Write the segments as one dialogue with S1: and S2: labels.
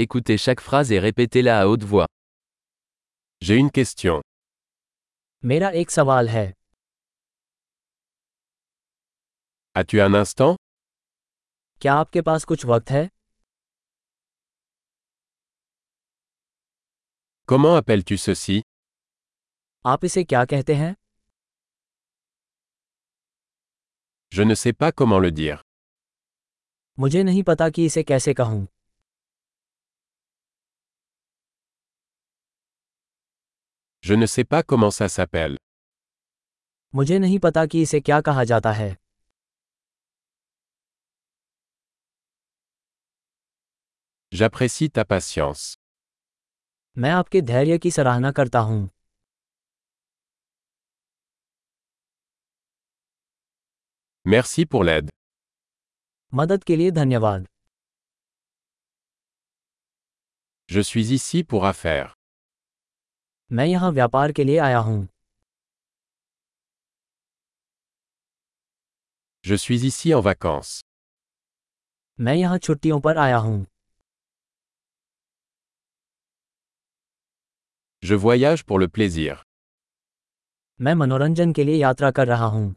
S1: Écoutez chaque phrase et répétez-la à haute voix.
S2: J'ai une question.
S3: मेरा एक सवाल है
S2: As-tu un instant
S3: क्या आपके पास कुछ वक्त है
S2: Comment appelles-tu ceci
S3: आप इसे क्या कहते हैं
S2: Je ne sais pas comment le dire.
S3: मुझे नहीं पता कि इसे कैसे कहूँ
S2: Je ne sais pas comment ça s'appelle.
S3: मुझे नहीं पता कि इसे क्या कहा जाता है
S2: J'apprécie ta patience.
S3: मैं आपके धैर्य की सराहना करता हूँ
S2: Merci pour l'aide.
S3: मदद के लिए धन्यवाद
S2: Je suis ici pour affaires.
S3: मैं यहाँ व्यापार के लिए आया हूँ
S2: Je suis ici en vacances.
S3: मैं यहाँ छुट्टियों पर आया हूँ
S2: Je voyage pour le plaisir.
S3: मैं मनोरंजन के लिए यात्रा कर रहा हूँ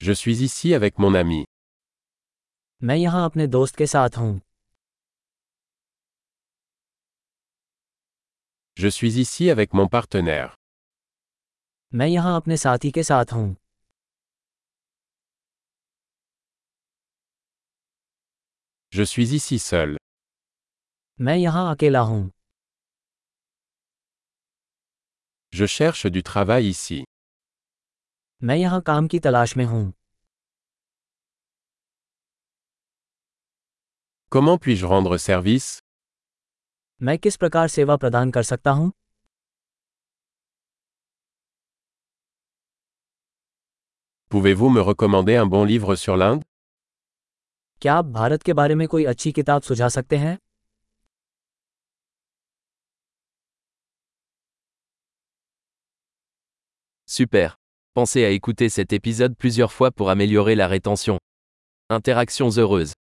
S2: Je suis ici avec mon ami.
S3: मैं यहाँ अपने दोस्त के साथ हूँ
S2: Je suis ici avec mon partenaire.
S3: मैं यहाँ अपने साथी के साथ हूँ
S2: Je suis ici seul.
S3: मैं यहाँ अकेला हूँ
S2: Je cherche du travail ici.
S3: मैं यहाँ काम की तलाश में हूँ
S2: Comment puis-je rendre service
S3: मैं किस प्रकार सेवा प्रदान कर सकता हूँ
S2: Pouvez-vous me recommander un bon livre sur l'Inde
S3: क्या आप भारत के बारे में कोई अच्छी किताब सुझा सकते हैं
S1: Super. Pensez à écouter cet épisode plusieurs fois pour améliorer la rétention. Interactions heureuses.